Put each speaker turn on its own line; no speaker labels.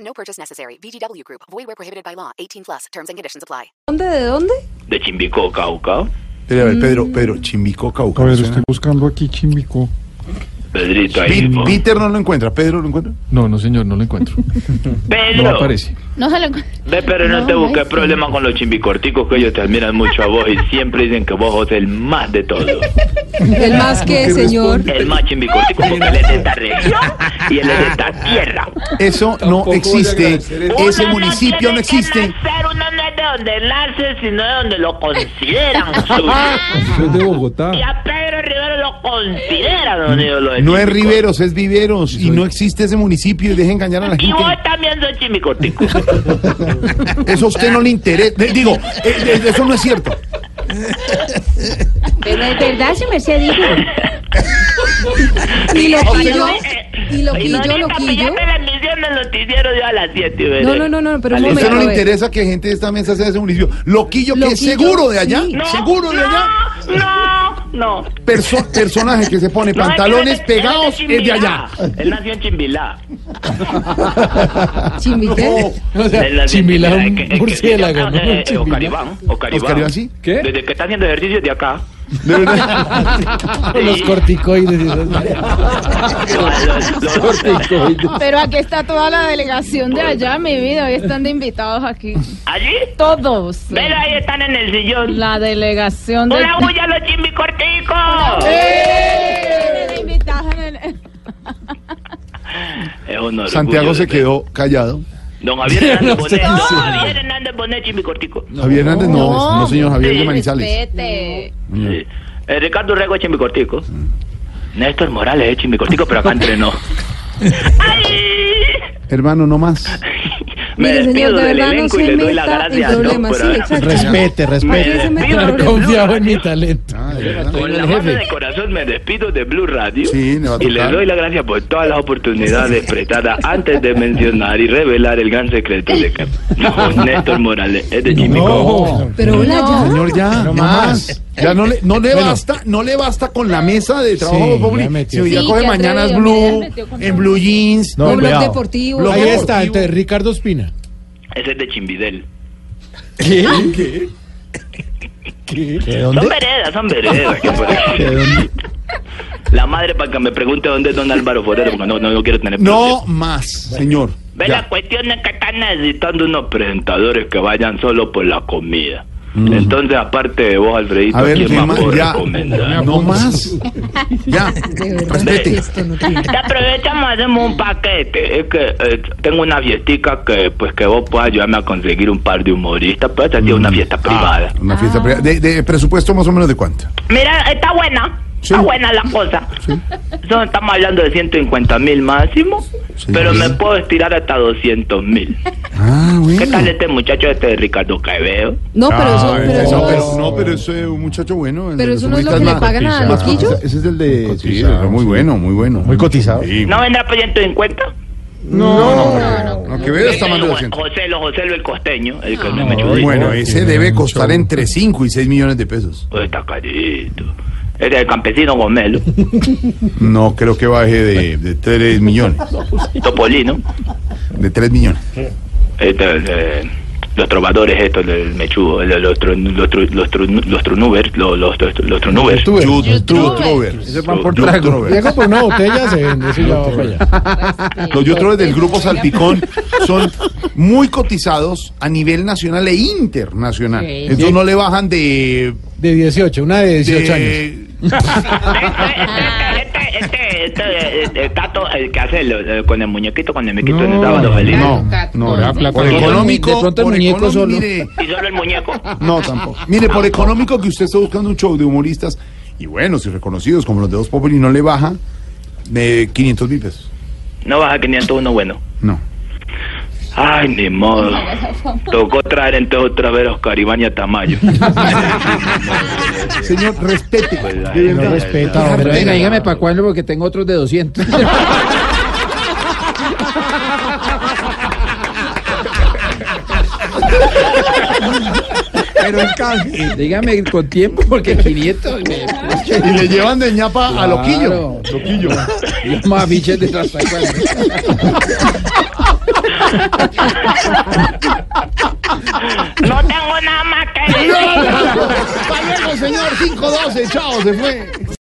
No purchase necessary. VGW Group. Void where prohibited by law. 18 plus. Terms and conditions apply.
¿Dónde? ¿De dónde?
de Chimbicó, Cauca.
Pero, a ver, Pedro, Pedro, Chimbico,
A
Cauca.
ver,
suena.
estoy buscando aquí Chimbico.
Pedrito ahí.
Pi-
po.
Peter no lo encuentra, Pedro lo encuentra.
No, no, señor, no lo encuentro.
Pedro,
No aparece.
No se lo encuentro.
ve, pero no,
No,
te
ahí
busques
sí.
problema con los chimbicorticos que ellos te admiran mucho a vos y siempre dicen que vos sos el más de todos.
El más que, señor.
El más chimbicortico porque él es de esta región y él es de esta tierra.
Eso no existe. Ese municipio no existe.
Uno no es de donde nace, sino de donde lo consideran.
Es de Bogotá.
Y a Pedro Rivero lo consideran, don ídolo de
No es
Chimbicó.
Riveros, es Viveros. Y no existe ese municipio. Y deja engañar a la
Y
gente.
vos también sos chimbicortico.
Eso a usted no le interesa. Eh, Digo, eh, eh, eso no es cierto.
Pero es verdad, su merced dijo. Y lo quillo.
Eh,
Y lo
Y no
quillo, lo
necesita
quillo.
pillarme la emisión del noticiero yo a las 7
No, no, no, no, pero un
Al-
A usted
momento.
no le
a ver.
interesa que gente de esta mesa sea de ese municipio. Loquillo, que es
Loquillo,
seguro de allá.
sí.
No,
Seguro de
no,
allá.
No, no.
Perso- personaje que se pone
No, es
pantalones
que él es-
pegados
él
es de
Chimbilá.
allá.
Él nació en Chimbilá.
Ah, Chimbité.
O
Él nació en
similar a
Es que- es que-
murciélago, ¿no?
eh, eh, O
Chimbilá.
Caribán. O Caribán.
¿Oscar Iván sí?
¿Qué?
Desde que está haciendo ejercicio de acá.
De verdad.
Los
Sí.
corticoides. y esas-
Los- los-
corticoides.
Pero aquí está toda la delegación de allá, mi vida. Hoy están de invitados aquí.
¿Allí?
Todos.
Mira, ahí están en el sillón.
La delegación de.
¡Una bulla a los chimbicorticos!
Eh.
De invitados en el-
Es un orgullo
Santiago se
de-
quedó callado.
Don Javier Hernández
No sé,
Bonet.
sí.
Javier Hernández Bonet, chimbicortico.
Javier Hernández, no, no, señor Javier de Manizales.
Respete.
Mm.
Sí. Eh, Ricardo Rego es chimbicortico. Néstor Morales es chimbicortico, pero acá entrenó. ¡Ay!
Hermano, no más.
Ah,
Me
Mire,
despido
señor, de
del
verdad no
elenco y
se
le doy la
meta en
gracia a Dios
problemas.
por
Sí,
haber-
exacto.
Respete,
¿Para
respete.
qué se
Me
mete en
despido.
Haber
problemas?
confiado en mi talento.
Ah, de verdad.
Con la
el
mano
jefe.
de corazón me despido de Blue Radio
Sí, le va a
y le
tocar.
doy la gracia por todas las oportunidades prestadas antes de mencionar y revelar el gran secreto de que no, Néstor Morales es de Chimbicortico.
Pero hola, ya.
Señor, ya,
No
más. Ya no le, no le basta, no le basta con la mesa de trabajo
Sí,
público.
ya metió.
Si ya
Sí,
coge
ya
mañanas
atrevido, ya
blue,
metió con
en
todo.
blue jeans.
No,
Un blog
cuidado.
deportivo.
Blog
Ahí está,
deportivo.
entonces, Ricardo Espina.
Ese es de Chimbidel.
¿Qué?
¿Ah?
¿Qué? ¿Qué? ¿De
Son veredas, son veredas. que por ahí. La madre para que me pregunte dónde es don Álvaro Forero, porque no, no, no quiero tener
No más, señor.
Ve,
Ya.
la cuestión es que están necesitando unos presentadores que vayan solo por la comida.
Mm.
Entonces, aparte de vos, Alfredito,
A ver,
¿quién
¿qué
más
más?
puedo
Ya.
recomendar?
No más. Ya.
De verdad,
Respete.
esto no tiene.
Te aprovechamos, hacemos un paquete. Es que eh, tengo una fiestica que, pues, que vos puedas ayudarme a conseguir un par de humoristas, pero esta tiene una
Mm.
fiesta privada.
Una fiesta privada. de, de presupuesto más o menos de cuánto.
Mira, está buena.
Sí.
Está buena la cosa. Son- estamos hablando de 150 mil máximo,
Sí.
pero me puedo estirar hasta 200 mil.
Ah, bueno.
¿Qué tal este muchacho este de Ricardo Caeveo?
No, pero eso,
Ah,
pero
no,
eso no
pero,
es-
no, pero eso es un muchacho bueno. el
Pero
de
eso
los
no es lo
humoristas
que le
más-
pagan a
más
Loquillo.
cotiza- Ese es el de. sí,
Cotizado,
es muy bueno, muy bueno.
Muy cotizado.
Sí.
¿No vendrá por 150?
No, no, no, que veo está
Ese es
mandando
el
200.
José, lo, José lo el costeño, el que me
No,
ayudó.
Ah, Bueno, ese debe
mucho.
costar entre 5 y 6 millones de pesos.
Oh, está carito. Este es el campesino Gomelo,
No creo que baje de, de 3 millones.
Topolino,
De 3 millones.
este, el, eh, los trovadores estos, el mechudo, el- los, tru- los, tru- los, tru- los trunubers, los, los, los, los trunubers.
Youtuber.
Youtuber.
Esos van por
Youtuber.
Llega por una botella, se vende, eso ya va para allá.
Los youtubers del grupo Salpicón son muy cotizados a nivel nacional e internacional.
Sí.
Entonces no le bajan de.
De 18, una de 18 años.
de
Este, este, este, este, este, el tato, el que hace el- el- con el muñequito, con el miquito en el sábado feliz.
no, no,
Por plata.
por
De pronto el
económico,
muñeco
por económico,
solo.
mire,
Y solo el muñeco.
No, tampoco. Mire, por económico que usted está buscando un show de humoristas y buenos y reconocidos como los de Dos Populi, no le baja de 500 mil pesos.
No baja 501, bueno.
No.
Ay, ni modo. Tocó traer entonces otra vez a Oscar Iván y a Tamayo.
Señor, respete. de
No
verdad.
respeta,
Pero
hombre.
venga, dígame para cuándo, porque tengo otros de 200.
Pero en cambio,
dígame con tiempo, porque 500. me-
Y le llevan de ñapa a Loquillo.
Claro. Los más biches de las
No tengo nada más que decir.
Hasta luego, señor. 512. Chao, se fue.